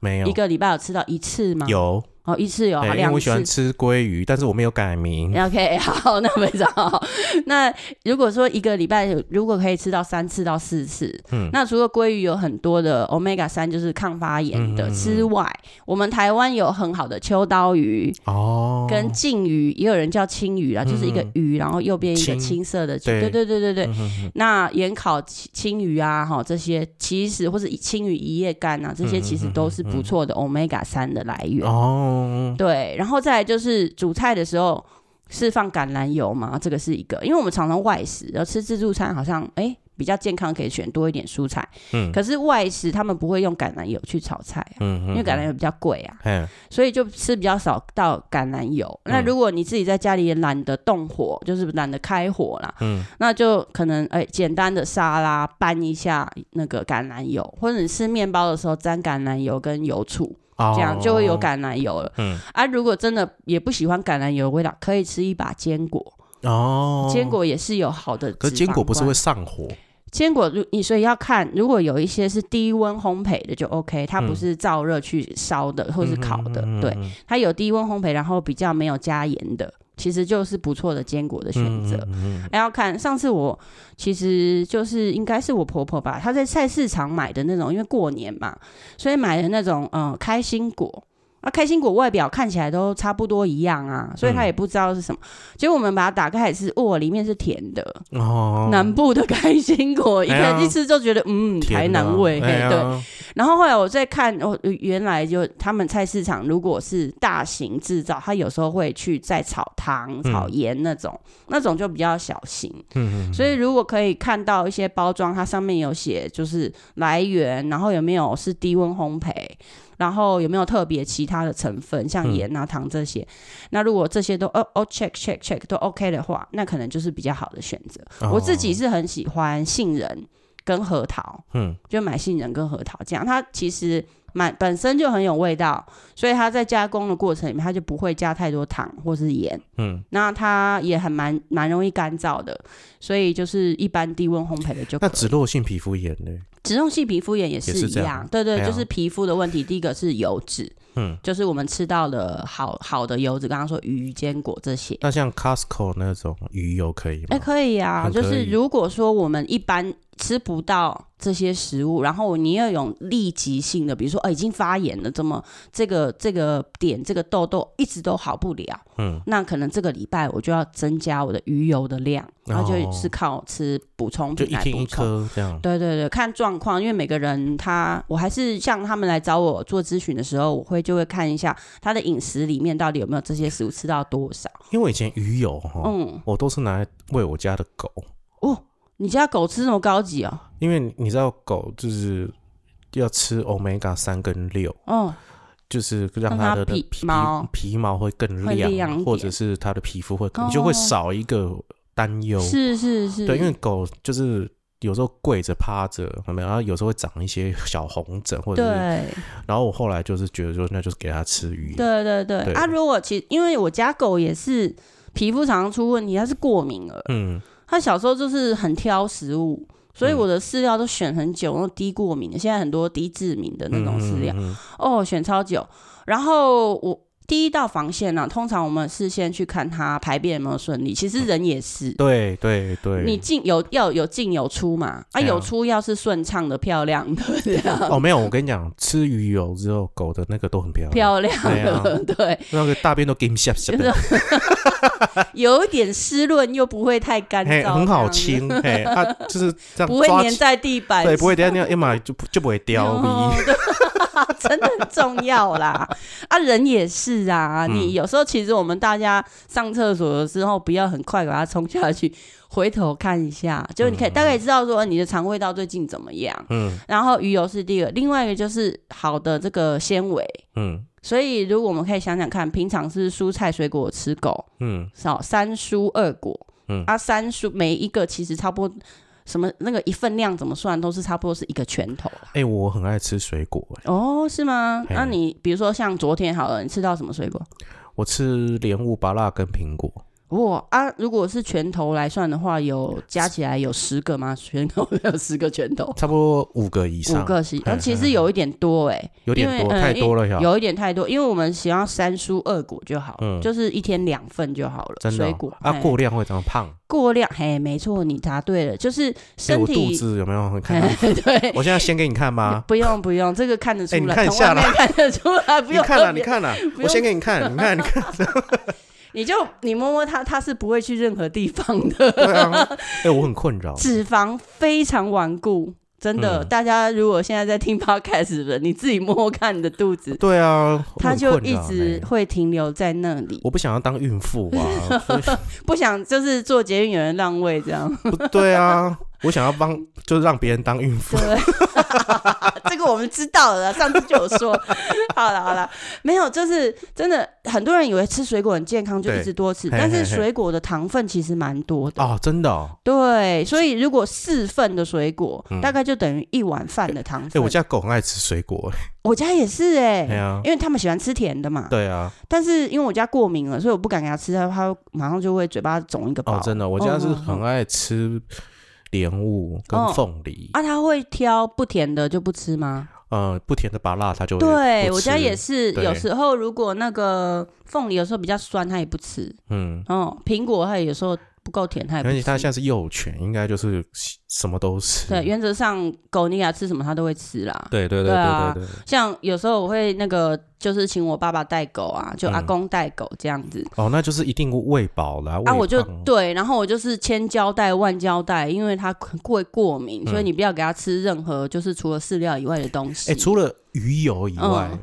Speaker 2: 没有
Speaker 1: 一个礼拜有吃到一次吗？
Speaker 2: 有
Speaker 1: 哦，一次有
Speaker 2: 哎，因为
Speaker 1: 两
Speaker 2: 我喜欢
Speaker 1: 次。
Speaker 2: 吃鲑鱼，但是我没有改名。
Speaker 1: OK，好， (laughs) 那非常好。那如果说一个礼拜有如果可以吃到三次到四次，
Speaker 2: 嗯
Speaker 1: 那除了鲑鱼有很多的 omega 三，就是抗发炎
Speaker 2: 嗯
Speaker 1: 的之外，我们台湾有很好的秋刀鱼
Speaker 2: 哦，
Speaker 1: 跟鲭鱼，也有人叫青鱼啦，就是一个
Speaker 2: 嗯
Speaker 1: 鱼，然后右边一个
Speaker 2: 青
Speaker 1: 青色的，
Speaker 2: 对
Speaker 1: 对对对对对。
Speaker 2: 嗯哼哼
Speaker 1: 那盐烤青青鱼啊，哈，这些其实或是青鱼一夜干啊，
Speaker 2: 嗯
Speaker 1: 这些其实都是不错的 omega 三的来源。
Speaker 2: 哦，
Speaker 1: 对，然后再来就是煮菜的时候是放橄榄油嘛，这个是一个，因为我们常常外食，然后吃自助餐好像哎比较健康，可以选多一点蔬菜。
Speaker 2: 嗯
Speaker 1: 可是外食他们不会用橄榄油去炒菜啊、
Speaker 2: 嗯，
Speaker 1: 因为橄榄油比较贵啊，
Speaker 2: 哎，
Speaker 1: 所以就吃比较少到橄榄油。那
Speaker 2: 嗯
Speaker 1: 如果你自己在家里也懒得动火，就是懒得开火啦，
Speaker 2: 嗯
Speaker 1: 那就可能哎、简单的沙拉拌一下那个橄榄油，或者你吃面包的时候沾橄榄油跟油醋，
Speaker 2: 哦
Speaker 1: 这样就会有橄榄油了。
Speaker 2: 嗯
Speaker 1: 啊，如果真的也不喜欢橄榄油的味道，可以吃一把坚果，
Speaker 2: 哦，
Speaker 1: 坚果也是有好的。
Speaker 2: 可是坚果不是会上火
Speaker 1: 坚果如你所以要看，如果有一些是低温烘焙的就 OK，它不
Speaker 2: 嗯
Speaker 1: 是燥热去烧的或是烤的，
Speaker 2: 嗯
Speaker 1: 对，它有低温烘焙，然后比较没有加盐的，其实就是不错的坚果的选择。
Speaker 2: 嗯嗯
Speaker 1: 还要看上次我其实就是应该是我婆婆吧，她在菜市场买的那种，因为过年嘛，所以买的那种嗯开心果。啊，开心果外表看起来都差不多一样啊，所以她也不知道是什么。结果我们把它打开，也是哇，里面是甜的，
Speaker 2: 嗯哦，
Speaker 1: 南部的开心果，一
Speaker 2: 哎呀
Speaker 1: 看一吃就觉得
Speaker 2: (laughs)
Speaker 1: 嗯，
Speaker 2: 甜
Speaker 1: 台
Speaker 2: 的
Speaker 1: 南味，嘿
Speaker 2: 哎呀
Speaker 1: 对。然后后来我在看，哦，原来就他们菜市场如果是大型制造，它有时候会去再炒糖、炒盐那种，那种就比较小型。
Speaker 2: 嗯嗯
Speaker 1: 所以如果可以看到一些包装，它上面有写就是来源，然后有没有是低温烘焙，然后有没有特别其他的成分，像
Speaker 2: 嗯
Speaker 1: 盐啊、糖这些。那如果这些都哦哦 check check check 都 OK 的话，那可能就是比较好的选择。
Speaker 2: 哦
Speaker 1: 我自己是很喜欢杏仁跟核桃。
Speaker 2: 嗯
Speaker 1: 就买杏仁跟核桃这样，它其实蛮本身就很有味道，所以它在加工的过程里面，它就不会加太多糖或是盐。
Speaker 2: 嗯，
Speaker 1: 那它也很蛮蛮容易干燥的，所以就是一般低温烘焙的就可
Speaker 2: 那
Speaker 1: 以。
Speaker 2: 脂漏性皮肤炎呢？
Speaker 1: 脂溶性皮肤炎也是
Speaker 2: 也是
Speaker 1: 一
Speaker 2: 这样
Speaker 1: 对对，
Speaker 2: 哎呀
Speaker 1: 就是皮肤的问题。第一个是油脂，
Speaker 2: 嗯，
Speaker 1: 就是我们吃到的好好的油脂，刚刚说鱼、坚果这些。
Speaker 2: 那像 Costco 那种鱼油可以
Speaker 1: 哎、
Speaker 2: 吗？
Speaker 1: 可以啊，
Speaker 2: 很
Speaker 1: 就
Speaker 2: 可
Speaker 1: 是
Speaker 2: 以
Speaker 1: 如果说我们一般吃不到这些食物，然后你要有立即性的，比如说，呃，已经发炎了，怎么这个这个点这个痘痘一直都好不了，
Speaker 2: 嗯，
Speaker 1: 那可能这个礼拜我就要增加我的鱼油的量，然后就
Speaker 2: 哦
Speaker 1: 是靠吃补充
Speaker 2: 就
Speaker 1: 品
Speaker 2: 一
Speaker 1: 来
Speaker 2: 天
Speaker 1: 补
Speaker 2: 一
Speaker 1: 充。
Speaker 2: 颗这样。
Speaker 1: 对对对，看状况，因为每个人他，我还是像他们来找我做咨询的时候，我会就会看一下他的饮食里面到底有没有这些食物吃到多少。
Speaker 2: 因为我以前鱼油哈，
Speaker 1: 嗯，
Speaker 2: 我都是拿来喂我家的狗，
Speaker 1: 哦，你家狗吃那么高级哦？
Speaker 2: 因为你知道狗就是要吃 omega 三跟六，
Speaker 1: 哦，
Speaker 2: 就是让
Speaker 1: 让
Speaker 2: 它
Speaker 1: 它
Speaker 2: 的那
Speaker 1: 皮
Speaker 2: 皮
Speaker 1: 毛
Speaker 2: 皮毛会更
Speaker 1: 会亮一
Speaker 2: 亮，
Speaker 1: 点
Speaker 2: 或者是它的皮肤会，
Speaker 1: 哦
Speaker 2: 你就会少一个担忧。
Speaker 1: 是是是，
Speaker 2: 对，因为狗就是有时候跪着趴着，有没有？然后有时候会长一些小红疹，或者
Speaker 1: 对
Speaker 2: 是。然后我后来就是觉得说，那就是给它吃鱼。
Speaker 1: 对对对
Speaker 2: 对
Speaker 1: 啊！如果其因为我家狗也是皮肤常常出问题，它是过敏了，
Speaker 2: 嗯，
Speaker 1: 它小时候就是很挑食物。所以我的饲料都选很久，那种低过敏的，现在很多低致敏的那种饲料，
Speaker 2: 嗯嗯嗯
Speaker 1: 哦，选超久。然后我第一道防线呢、啊，通常我们事先去看它排便有没有顺利，其实人也是，
Speaker 2: 对对对，
Speaker 1: 你进有要有进有出嘛，啊，
Speaker 2: 哎呀
Speaker 1: 有出要是顺畅的、漂亮的这样，
Speaker 2: 哦，没有，我跟你讲，吃鱼油之后，狗的那个都很漂亮，
Speaker 1: 漂亮的，
Speaker 2: 啊
Speaker 1: 对，
Speaker 2: 那个大便都 game 下下 (laughs) 的，
Speaker 1: 有一点湿润又不会太干
Speaker 2: 嘿，
Speaker 1: 燥，
Speaker 2: 很
Speaker 1: 这
Speaker 2: 好
Speaker 1: 样子，
Speaker 2: 清，嘿，它就是这样
Speaker 1: 不会
Speaker 2: 抓
Speaker 1: 粘
Speaker 2: 起，
Speaker 1: 在地板，
Speaker 2: 对，不会等一下那样一买就不就不会
Speaker 1: (laughs)
Speaker 2: 掉
Speaker 1: 哦
Speaker 2: 皮。
Speaker 1: 对真的很重要
Speaker 2: (laughs)
Speaker 1: 啦！啊，人也是啊，
Speaker 2: 嗯
Speaker 1: 你有时候其实我们大家上厕所的时候，不要很快把它冲下去，回头看一下，就你可以大概知道说哎你的肠胃道最近怎么样。
Speaker 2: 嗯
Speaker 1: 然后鱼油是第二，另外一个就是好的这个纤维。
Speaker 2: 嗯
Speaker 1: 所以，如果我们可以想想看，平常是蔬菜水果吃够
Speaker 2: 嗯，
Speaker 1: 少三蔬二果，
Speaker 2: 嗯
Speaker 1: 啊，三蔬每一个其实差不多什么那个一份量怎么算都是差不多是一个拳头啦。
Speaker 2: 哎，我很爱吃水果，哎
Speaker 1: 哦，是吗？
Speaker 2: 嘿
Speaker 1: 那你比如说像昨天好了，你吃到什么水果？
Speaker 2: 我吃莲雾、芭辣跟苹果。
Speaker 1: 哇啊！如果是拳头来算的话，有加起来有十个吗？ (laughs) 拳头有十个拳头，
Speaker 2: 差不多五个以上，
Speaker 1: 五个是，
Speaker 2: 嗯
Speaker 1: 呃其实有一点多哎、
Speaker 2: 有点
Speaker 1: 因
Speaker 2: 多，
Speaker 1: 为嗯
Speaker 2: 太多了呀。
Speaker 1: 有一点太多，因为我们喜欢三蔬二果就好了，
Speaker 2: 嗯
Speaker 1: 就是一天两份就好了，
Speaker 2: 真的
Speaker 1: 水
Speaker 2: 哦
Speaker 1: 果哎
Speaker 2: 啊，
Speaker 1: 嘿
Speaker 2: 过量会长胖。
Speaker 1: 过量，嘿，没错，你答对了，就是
Speaker 2: 哎，
Speaker 1: 身
Speaker 2: 我肚
Speaker 1: 体，哎
Speaker 2: 子有没有很看到？
Speaker 1: 嘿对，
Speaker 2: (laughs) 我现在先给你看吗？
Speaker 1: 不用不用，这个看得出
Speaker 2: 啊哎你
Speaker 1: 来，
Speaker 2: 看一
Speaker 1: 从外
Speaker 2: 下
Speaker 1: 面看得出
Speaker 2: (laughs)
Speaker 1: 来， (laughs) 不
Speaker 2: 你
Speaker 1: 用
Speaker 2: 看啊
Speaker 1: 特
Speaker 2: 啦，你
Speaker 1: 别
Speaker 2: 看啦
Speaker 1: (laughs) 不，用
Speaker 2: 我先给你看，你看，你看，
Speaker 1: 你就你摸摸它，它是不会去任何地方的，
Speaker 2: 对啊。哎，我很困扰。
Speaker 1: (laughs) 脂肪非常顽固。真的，
Speaker 2: 嗯
Speaker 1: 大家如果现在在听 podcast 的，你自己摸摸看你的肚子，
Speaker 2: 对啊，我
Speaker 1: 它
Speaker 2: 很
Speaker 1: 就
Speaker 2: 困
Speaker 1: 一
Speaker 2: 扰
Speaker 1: 直
Speaker 2: 呢
Speaker 1: 会停留在那里。
Speaker 2: 我不想要当孕妇
Speaker 1: (laughs)
Speaker 2: 啊，所以
Speaker 1: 不想就是做捷运有人让位这样。
Speaker 2: 不对啊，我想要帮，就是让别人当孕妇。
Speaker 1: 对， (laughs) 这个我们知道了，上次就有
Speaker 2: (laughs)
Speaker 1: 说。好了好了，没有，就是真的，很多人以为吃水果很健康，就
Speaker 2: 对
Speaker 1: 一直多吃，
Speaker 2: 嘿嘿
Speaker 1: 但是
Speaker 2: 嘿
Speaker 1: 水果的糖分其实蛮多的。
Speaker 2: 哦，真的哦，
Speaker 1: 对，所以如果四份的水果，
Speaker 2: 嗯
Speaker 1: 大概就等于一碗饭的糖
Speaker 2: 哎，
Speaker 1: 分。
Speaker 2: 我家狗很爱吃水果，
Speaker 1: 我家也是哎、
Speaker 2: 哎呀，
Speaker 1: 因为他们喜欢吃甜的嘛。
Speaker 2: 对啊，
Speaker 1: 但是因为我家过敏了，所以我不敢给它吃，它它马上就会嘴巴肿一个包。
Speaker 2: 哦，真的，我家是很爱吃莲雾跟凤梨，
Speaker 1: 啊，它会挑不甜的就不吃吗？
Speaker 2: 嗯，不甜的芭辣它就会
Speaker 1: 对
Speaker 2: 不
Speaker 1: 我家
Speaker 2: 吃
Speaker 1: 也，是，
Speaker 2: 对
Speaker 1: 有时候如果那个凤梨有时候比较酸，它也不吃。
Speaker 2: 嗯，
Speaker 1: 哦，苹果它有时候不够甜，它也不
Speaker 2: 而且
Speaker 1: 吃。
Speaker 2: 它现在是幼犬，应该就是什么都吃。
Speaker 1: 对，原则上狗你给它吃什么它都会吃啦。
Speaker 2: 对对对
Speaker 1: 对啊
Speaker 2: 对对对。
Speaker 1: 像有时候我会那个，就是请我爸爸带狗啊，就阿
Speaker 2: 嗯
Speaker 1: 公带狗这样子。
Speaker 2: 哦，那就是一定喂饱了
Speaker 1: 啊，我就
Speaker 2: 对
Speaker 1: 对，然后我就是千交代万交代，因为它很会过敏，
Speaker 2: 嗯
Speaker 1: 所以你不要给它吃任何就是除了饲料以外的东西。
Speaker 2: 哎，除了鱼油以外
Speaker 1: 嗯，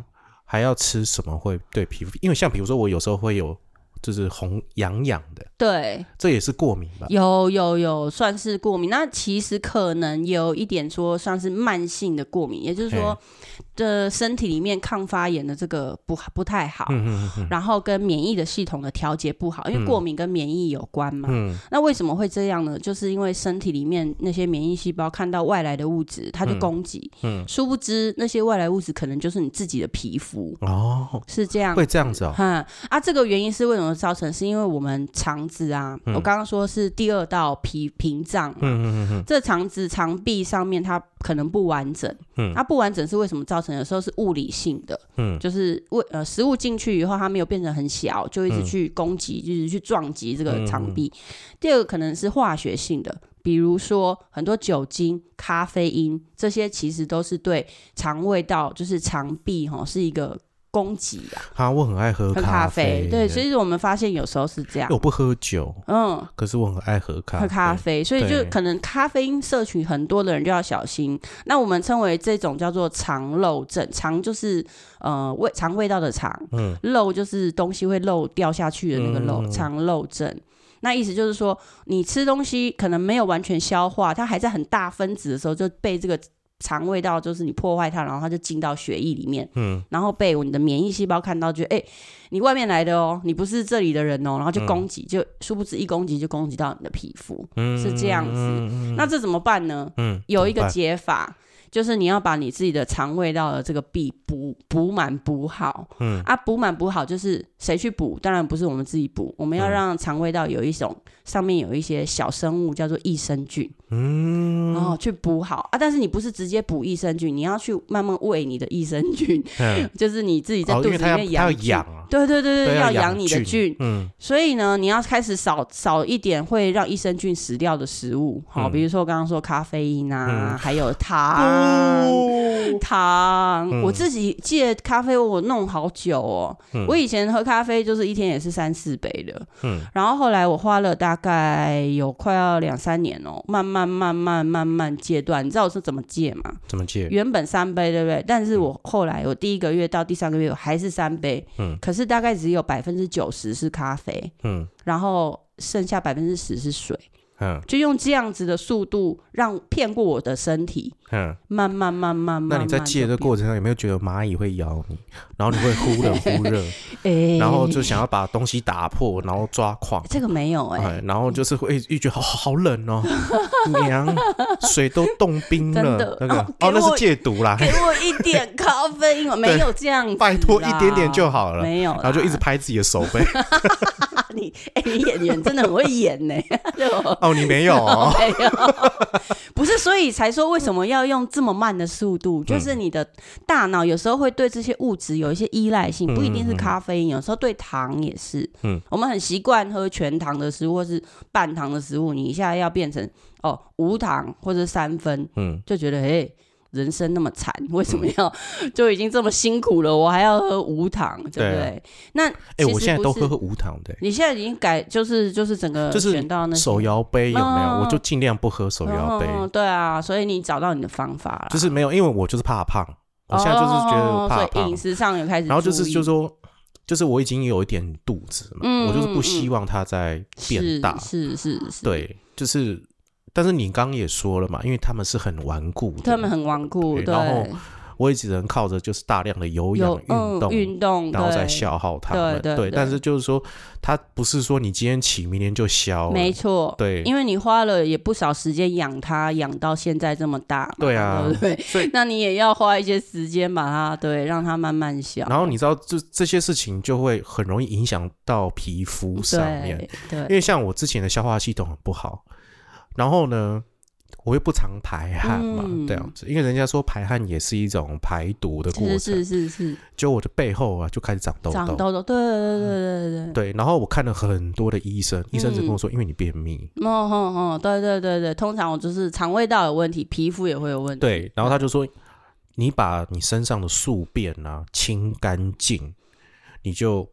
Speaker 2: 还要吃什么会对皮肤？因为像比如说我有时候会有就是红痒痒的，
Speaker 1: 对，
Speaker 2: 这也是过敏吧？
Speaker 1: 有有有，算是过敏。那其实可能有一点说算是慢性的过敏，也就是说的身体里面抗发炎的这个不不太好，
Speaker 2: 嗯嗯嗯
Speaker 1: 然后跟免疫的系统的调节不好，因为过敏跟免疫有关嘛。
Speaker 2: 嗯
Speaker 1: 那为什么会这样呢？就是因为身体里面那些免疫细胞看到外来的物质，它就攻击。
Speaker 2: 嗯
Speaker 1: 殊不知那些外来物质可能就是你自己的皮肤，
Speaker 2: 嗯，哦，
Speaker 1: 是这样。
Speaker 2: 会这样子哦，
Speaker 1: 哈、啊，这个原因是为什么造成？是因为我们肠子啊，
Speaker 2: 嗯
Speaker 1: 我刚刚说是第二道脾屏障嘛，
Speaker 2: 嗯嗯嗯
Speaker 1: 这肠子肠壁上面它可能不完整，啊
Speaker 2: 嗯
Speaker 1: 它不完整是为什么造成？有时候是物理性的，
Speaker 2: 嗯
Speaker 1: 就是为呃食物进去以后它没有变成很小，就一直
Speaker 2: 嗯
Speaker 1: 去攻击，就是去撞击这
Speaker 2: 嗯
Speaker 1: 个
Speaker 2: 嗯
Speaker 1: 肠
Speaker 2: 嗯
Speaker 1: 壁。第二个可能是化学性的，比如说很多酒精、咖啡因这些，其实都是对肠胃道，就是肠壁哈是一个攻击啊。
Speaker 2: 嗯，啊，我很爱喝
Speaker 1: 喝咖啡
Speaker 2: 啡，，
Speaker 1: 对，
Speaker 2: 所
Speaker 1: 所
Speaker 2: 以
Speaker 1: 以我们发现有时候是这样
Speaker 2: 我，不喝酒，
Speaker 1: 嗯。
Speaker 2: 可是我很爱喝咖
Speaker 1: 喝咖啡，所以就
Speaker 2: 对
Speaker 1: 可能咖啡因摄取很多的人就要小心。那我们称为这种叫做肠漏症，肠就是呃味肠味道的肠，
Speaker 2: 嗯
Speaker 1: 漏就是东西会漏掉下去的那个漏，
Speaker 2: 嗯
Speaker 1: 肠漏症。那意思就是说，你吃东西可能没有完全消化，它还在很大分子的时候就被这个肠胃道就是你破坏它，然后它就进到血液里面，
Speaker 2: 嗯
Speaker 1: 然后被你的免疫细胞看到，觉得哎、你外面来的哦，你不是这里的人哦，然后就攻击，就殊不知一攻击就攻击到你的皮肤。
Speaker 2: 嗯，
Speaker 1: 是这样子
Speaker 2: 嗯
Speaker 1: 那这怎么办呢？
Speaker 2: 嗯
Speaker 1: 有一个
Speaker 2: 怎么
Speaker 1: 解法，就是你要把你自己的肠胃道的这个壁补补满补好。
Speaker 2: 嗯
Speaker 1: 啊，补满补好就是谁去补？当然不是我们自己补，我们要
Speaker 2: 嗯
Speaker 1: 让肠胃道有一种上面有一些小生物叫做益生菌，
Speaker 2: 嗯，
Speaker 1: 然后去补好啊。但是你不是直接补益生菌，你要去慢慢喂你的益生菌，
Speaker 2: 嗯
Speaker 1: 就是 (laughs) 你自己在
Speaker 2: 哦
Speaker 1: 肚子
Speaker 2: 因为
Speaker 1: 里
Speaker 2: 它要
Speaker 1: 面
Speaker 2: 它要
Speaker 1: 养菌。
Speaker 2: 养啊，
Speaker 1: 对对对对，
Speaker 2: 对，
Speaker 1: 要
Speaker 2: 养
Speaker 1: 养你的菌，
Speaker 2: 嗯
Speaker 1: 所以呢，你要开始少少一点会让益生菌死掉的食物，好、
Speaker 2: 嗯
Speaker 1: 比如说我刚刚说咖啡因啊，
Speaker 2: 嗯
Speaker 1: 还有糖。
Speaker 2: 哦
Speaker 1: 糖，
Speaker 2: 嗯
Speaker 1: 我自己戒咖啡，我弄好久哦。
Speaker 2: 嗯
Speaker 1: 我以前喝咖啡就是一天也是三四杯的，
Speaker 2: 嗯
Speaker 1: 然后后来我花了大概有快要两三年哦，慢慢慢慢慢慢戒断。你知道我是怎么戒吗？
Speaker 2: 怎么戒？
Speaker 1: 原本三杯，对不对？但是我后来我第一个月到第三个月我还是三杯，
Speaker 2: 嗯
Speaker 1: 可是大概只有百分之九十是咖啡，
Speaker 2: 嗯
Speaker 1: 然后剩下百分之十是水，
Speaker 2: 嗯
Speaker 1: 就用这样子的速度让骗过我的身体，
Speaker 2: 嗯。
Speaker 1: 慢慢慢慢慢
Speaker 2: 那
Speaker 1: 慢。
Speaker 2: 你在戒的过程中有没有觉得蚂蚁会咬你，然后你会忽冷忽
Speaker 1: (laughs)
Speaker 2: 热，
Speaker 1: 哎
Speaker 2: 然后就想要把东西打破，然后抓狂？
Speaker 1: 这个没有哎、
Speaker 2: 哎，然后就是会一觉得好好冷哦，娘，水都冻冰
Speaker 1: 真
Speaker 2: 了
Speaker 1: 的，
Speaker 2: 那个
Speaker 1: 哦给
Speaker 2: 哦，那
Speaker 1: 我
Speaker 2: 是戒毒啦
Speaker 1: 给，我一点咖啡因，
Speaker 2: (laughs)
Speaker 1: 我没有这样子啦，
Speaker 2: 拜托一点点就好了
Speaker 1: 没有啦，
Speaker 2: 然后就一直拍自己的手背，
Speaker 1: 啊，你你，哎、你演员真的很会演呢、 (laughs) 对吧？
Speaker 2: (laughs) 哦，你没
Speaker 1: (laughs)
Speaker 2: 有、哦，
Speaker 1: 没有， (laughs) 不是，所以才说为什么要用这么慢的速
Speaker 2: 嗯
Speaker 1: 度？就是你的大脑有时候会对这些物质有一些依赖性，不一定是咖啡因，有时候对糖也是。
Speaker 2: 嗯
Speaker 1: 嗯，我们很习惯喝全糖的食物或是半糖的食物，你一下要变成哦无糖或者三分，
Speaker 2: 嗯，
Speaker 1: 就觉得嘿。人生那么惨，为什么要就已经这么辛苦了，我还要喝无糖，对不
Speaker 2: 对啊
Speaker 1: 对？那
Speaker 2: 哎、
Speaker 1: 其实
Speaker 2: 我现在
Speaker 1: 不
Speaker 2: 都
Speaker 1: 是
Speaker 2: 喝喝无糖的、
Speaker 1: 你现在已经改，就是就是整个
Speaker 2: 就是
Speaker 1: 选到那些
Speaker 2: 手摇杯有没有？
Speaker 1: 嗯
Speaker 2: 我就尽量不喝手摇杯，
Speaker 1: 嗯对啊，所以你找到你的方法了，
Speaker 2: 就是没有，因为我就是怕胖，我现在就是觉得我
Speaker 1: 哦
Speaker 2: 怕
Speaker 1: 所以
Speaker 2: 胖
Speaker 1: 饮，食上有开始注意，
Speaker 2: 然后就是就是说，就是我已经有一点肚子嘛，
Speaker 1: 嗯
Speaker 2: 我就是不
Speaker 1: 嗯
Speaker 2: 希望它再变大，
Speaker 1: 是是是是，，
Speaker 2: 对，就是。但是你刚刚也说了嘛，因为他们是很顽固的，
Speaker 1: 他们很顽固，
Speaker 2: 对
Speaker 1: 对，
Speaker 2: 然后我也只能靠着就是大量的有氧
Speaker 1: 有
Speaker 2: 运
Speaker 1: 嗯
Speaker 2: 动，
Speaker 1: 运动，
Speaker 2: 然后再
Speaker 1: 对，
Speaker 2: 消耗它们。
Speaker 1: 对对对
Speaker 2: 但是就是说，它不是说你今天起，明天就消了。
Speaker 1: 没错，
Speaker 2: 对
Speaker 1: 因为你花了也不少时间养它，养到现在这么大嘛，
Speaker 2: 对啊
Speaker 1: 对不对？
Speaker 2: 所以，
Speaker 1: 那你也要花一些时间把它，对，让它慢慢小，
Speaker 2: 然后你知道，这这些事情就会很容易影响到皮肤上面
Speaker 1: 对，
Speaker 2: 因
Speaker 1: 对，
Speaker 2: 为像我之前的消化系统很不好，然后呢。我又不常排汗嘛，
Speaker 1: 嗯
Speaker 2: 这样子，因为人家说排汗也是一种排毒的过程，
Speaker 1: 是是是是，
Speaker 2: 就我的背后啊就开始长痘
Speaker 1: 长
Speaker 2: 痘，
Speaker 1: 痘痘，对对对对对对。
Speaker 2: 对，然后我看了很多的医生，医生只
Speaker 1: 嗯
Speaker 2: 跟我说，因为你便秘，
Speaker 1: 哦哦哦，对对对对，通常我就是肠胃道有问题，皮肤也会有问题。
Speaker 2: 对，然后他就说，你把你身上的宿便啊清干净，你就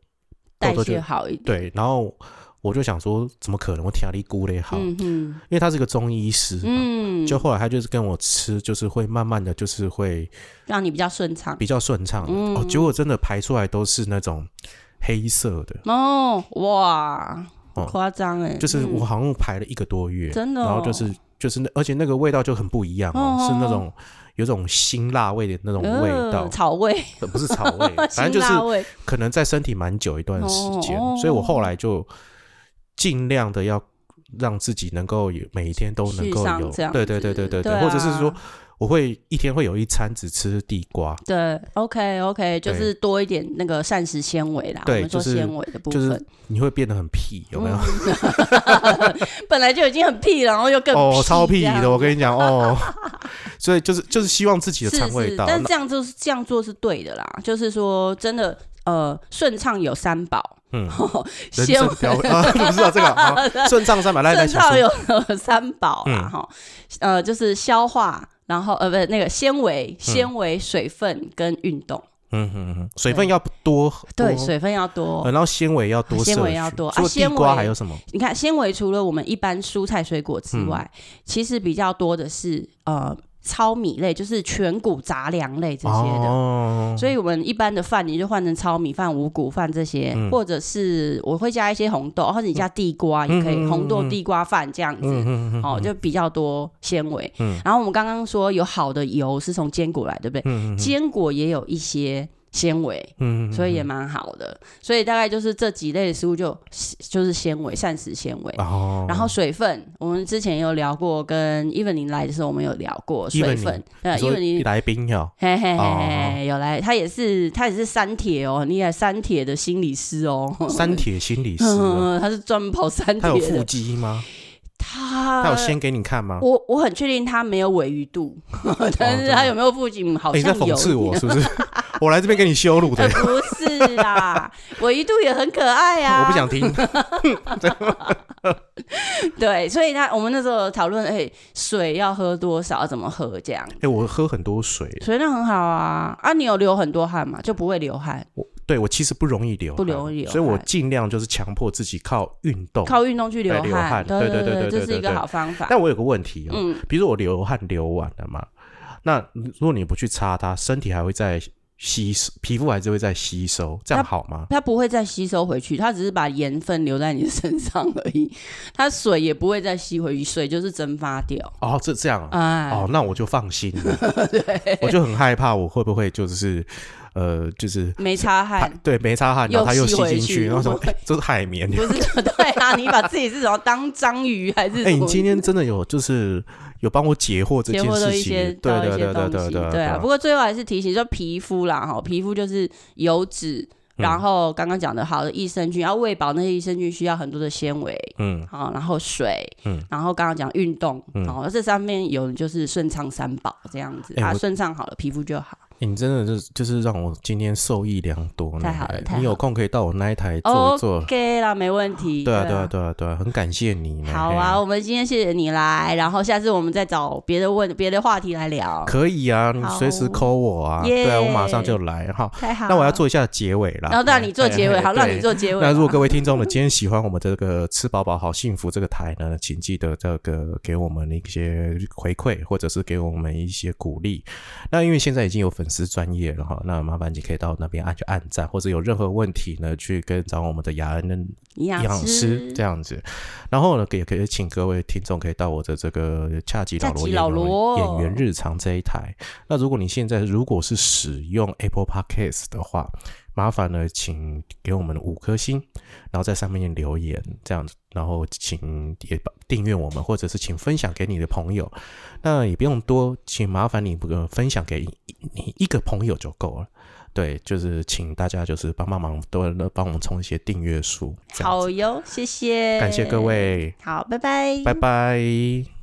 Speaker 1: 代
Speaker 2: 痘痘
Speaker 1: 谢
Speaker 2: 就
Speaker 1: 好一点。
Speaker 2: 对。然后我就想说，怎么可能？我听力姑嘞好，因
Speaker 1: 嗯哼，
Speaker 2: 为他是个中医师嘛。
Speaker 1: 嗯，
Speaker 2: 就后来他就是跟我吃，就是会慢慢的就是会
Speaker 1: 让你比较顺畅。
Speaker 2: 比较顺畅、
Speaker 1: 嗯
Speaker 2: 哦，结果真的排出来都是那种黑色的，
Speaker 1: 哦，哇，好
Speaker 2: 哦
Speaker 1: 夸张哎！
Speaker 2: 就是我
Speaker 1: 嗯
Speaker 2: 好像排了一个多月，
Speaker 1: 真的哦
Speaker 2: 然后就是就是那而且那个味道就很不一样哦，
Speaker 1: 哦
Speaker 2: 是那种有种辛辣味的那种味道，
Speaker 1: 呃草味，
Speaker 2: 不是草
Speaker 1: (laughs)
Speaker 2: 味，反正就
Speaker 1: 辛
Speaker 2: 是
Speaker 1: 辣味。
Speaker 2: 可能在身体蛮久一段时间，
Speaker 1: 哦哦
Speaker 2: 所以我后来就尽量的要让自己能够有每一天都能够
Speaker 1: 续上
Speaker 2: 有，
Speaker 1: 这样
Speaker 2: 对对对对对
Speaker 1: 对啊
Speaker 2: 或者是说我会一天会有一餐只吃地瓜，
Speaker 1: 对，OK OK，就
Speaker 2: 对
Speaker 1: 是多一点那个膳食纤维啦。
Speaker 2: 对
Speaker 1: 我们说
Speaker 2: 就是
Speaker 1: 纤维的部
Speaker 2: 就
Speaker 1: 分，
Speaker 2: 是你会变得很屁，有没有？
Speaker 1: 嗯 (laughs) 本来就已经很屁了，然后又更
Speaker 2: 哦，超屁
Speaker 1: 这样
Speaker 2: 的，我跟你
Speaker 1: (laughs)
Speaker 2: 讲哦，所以就是就是希望自己的肠
Speaker 1: 是
Speaker 2: 胃
Speaker 1: 是，
Speaker 2: 道，
Speaker 1: 但这样就是这样做是对的啦，就是说真的，呃，顺畅有三宝， (laughs)
Speaker 2: 嗯，人
Speaker 1: 纤
Speaker 2: 生
Speaker 1: (laughs)
Speaker 2: 标啊，你不知道这个啊，好顺畅三百来来
Speaker 1: 顺
Speaker 2: 想
Speaker 1: 畅
Speaker 2: 说，
Speaker 1: 有三宝啦，
Speaker 2: 嗯
Speaker 1: 哈、呃，就是消化，然后呃，不是那个纤维、纤维、水分跟运动，
Speaker 2: 嗯嗯嗯，水分要多，
Speaker 1: 对，
Speaker 2: 多
Speaker 1: 水分要多。
Speaker 2: 呃然后纤维要多摄取，
Speaker 1: 纤维要多啊
Speaker 2: 除了地
Speaker 1: 纤
Speaker 2: 瓜
Speaker 1: 维
Speaker 2: 还有什么？
Speaker 1: 你看纤维除了我们一般蔬菜水果之外，
Speaker 2: 嗯
Speaker 1: 其实比较多的是呃糙米类，就是全谷杂粮类这些的。
Speaker 2: 哦，
Speaker 1: 所以我们一般的饭，你就换成糙米饭、五谷饭这些，
Speaker 2: 嗯
Speaker 1: 或者是我会加一些红豆，或者你加地瓜也可以，
Speaker 2: 嗯嗯嗯
Speaker 1: 红豆地瓜饭这样子。
Speaker 2: 嗯嗯嗯，
Speaker 1: 哦，就比较多纤维。
Speaker 2: 嗯
Speaker 1: 然后我们刚刚说有好的油是从坚果来，对不对？
Speaker 2: 嗯嗯
Speaker 1: 坚果也有一些纤维，
Speaker 2: 嗯，
Speaker 1: 所以也蛮好的。所以大概就是这几类的食物就就是纤维，膳食纤维。
Speaker 2: 哦，
Speaker 1: 然后水分，我们之前也有聊过，跟伊文林来的时候，我们有聊过
Speaker 2: Evelyn，
Speaker 1: 水分。对，啊
Speaker 2: 你
Speaker 1: 伊
Speaker 2: 说
Speaker 1: 文林
Speaker 2: 来宾哟，
Speaker 1: 嘿嘿嘿
Speaker 2: 哦
Speaker 1: 嘿，嘿，有来，他也是他也是三铁哦，很厉害，三铁的心理师哦， (laughs)
Speaker 2: 三铁心理师哦，
Speaker 1: 嗯，他是专门跑三
Speaker 2: 他有
Speaker 1: 铁
Speaker 2: 腹
Speaker 1: 的，
Speaker 2: 肌吗？
Speaker 1: 他
Speaker 2: 他有先给你看吗？哦
Speaker 1: 我我很确定他没有尾鱼肚， (laughs) 但是他有没有腹肌嗯好
Speaker 2: 啊哎你在
Speaker 1: 像
Speaker 2: 讽
Speaker 1: 有。
Speaker 2: 刺
Speaker 1: (laughs)
Speaker 2: 我是不是？ (laughs) 我来这边给你羞辱的
Speaker 1: 呃，，不是啦，尾鱼肚也很可爱啊。
Speaker 2: 我不想听。
Speaker 1: 对，所以他我们那时候讨论，哎、水要喝多少，怎么喝这样，
Speaker 2: 哎，我喝很多水，
Speaker 1: 所以那很好啊。啊，你有流很多汗嘛，就不会流汗，
Speaker 2: 对我其实不容易流汗，
Speaker 1: 不容易流
Speaker 2: 所以我
Speaker 1: 汗
Speaker 2: 尽量就是强迫自己靠运动。
Speaker 1: 靠运动去流
Speaker 2: 对流汗
Speaker 1: 对
Speaker 2: 对对对
Speaker 1: 对
Speaker 2: 对对
Speaker 1: 这是一
Speaker 2: 对
Speaker 1: 个好方法。
Speaker 2: 但我有个问题哦，
Speaker 1: 嗯，
Speaker 2: 比如说我流汗流完了嘛，那如果你不去擦它，身体还会再吸收，皮肤还是会再吸收，这样好吗？
Speaker 1: 它不会再吸收回去，它只是把盐分留在你的身上而已， (laughs) 它水也不会再吸回去，水就是蒸发掉。
Speaker 2: 哦，这这样啊
Speaker 1: 哎，
Speaker 2: 哦，那我就放心了。
Speaker 1: (laughs)
Speaker 2: 我就很害怕我会不会就是呃，就是
Speaker 1: 没擦汗，
Speaker 2: 对没擦汗，然后它又
Speaker 1: 又吸
Speaker 2: 吸
Speaker 1: 回
Speaker 2: 进
Speaker 1: 去
Speaker 2: 去，然后什么
Speaker 1: 不会
Speaker 2: 哎这是
Speaker 1: (laughs)
Speaker 2: 海绵。
Speaker 1: 不是对啊，你把自己是什么当章鱼还是
Speaker 2: 哎，
Speaker 1: 什
Speaker 2: 你
Speaker 1: 么？
Speaker 2: 今天真的有就是有帮我解惑这
Speaker 1: 结
Speaker 2: 件
Speaker 1: 婚的
Speaker 2: 事
Speaker 1: 一些
Speaker 2: 情，对
Speaker 1: 到一
Speaker 2: 对
Speaker 1: 些
Speaker 2: 对对
Speaker 1: 东西，啊
Speaker 2: 对
Speaker 1: 对啊。不过最后还是提醒，说皮肤啦，哈，皮肤就是油脂、
Speaker 2: 嗯
Speaker 1: 然后刚刚讲的好的益生菌，要喂饱那些益生菌需要很多的纤维，
Speaker 2: 嗯，
Speaker 1: 好，然后水，
Speaker 2: 嗯
Speaker 1: 然后刚刚讲运动，
Speaker 2: 嗯
Speaker 1: 好，这上面有就是顺畅三宝这样子、
Speaker 2: 哎
Speaker 1: 啊，
Speaker 2: 我
Speaker 1: 顺畅好了，皮肤就好。
Speaker 2: 欸你真的就是就是让我今天受益良多呢。
Speaker 1: 太好了
Speaker 2: 哎
Speaker 1: 太好了哦
Speaker 2: 你有空可以到我那一台坐哎一坐。
Speaker 1: OK 啦，没问题。
Speaker 2: 对啊，对啊，对啊，对啊，哎很感谢你呢。欸
Speaker 1: 好
Speaker 2: 嘿
Speaker 1: 啊，我们今天谢谢你来，然后下次我们再找别的问别的话题来聊。
Speaker 2: 可以啊，你随时
Speaker 1: 好
Speaker 2: call 我啊，
Speaker 1: 耶
Speaker 2: 对啊，我马上就来哈。
Speaker 1: 太好，
Speaker 2: 那我要，做一下结尾啦。
Speaker 1: 然后让你做结尾，啊
Speaker 2: 嘿
Speaker 1: 好，让你。
Speaker 2: 嘿对
Speaker 1: 做结尾吧。
Speaker 2: 那如果各位听众呢，今天喜欢我们这个“吃饱饱好幸福”这个台呢，请记得这个给我们一些回馈，或者是给我们一些鼓励。那因为现在已经有粉丝专业了哈，那麻烦你可以到那边按去按赞，或者有任何问题呢，去跟找我们的雅恩
Speaker 1: 营
Speaker 2: 营
Speaker 1: 养
Speaker 2: 养师这样子。然后呢，也可以请各位听众可以到我的这个恰吉老
Speaker 1: 恰
Speaker 2: 罗
Speaker 1: 吉老
Speaker 2: 演员
Speaker 1: 罗
Speaker 2: 演员日常这一台。那如果你现在如果是使用 Apple Podcast 的话，麻烦呢，请给我们五颗星，然后在上面留言这样子，然后请也把订阅我们，或者是请分享给你的朋友。那也不用多，请麻烦你不呃分享给你一个朋友就够了。对，就是请大家就是帮帮忙，多帮我们冲一些订阅数。这样子
Speaker 1: 好哟，谢谢，
Speaker 2: 感谢各，位，
Speaker 1: 好，拜拜，
Speaker 2: 拜拜。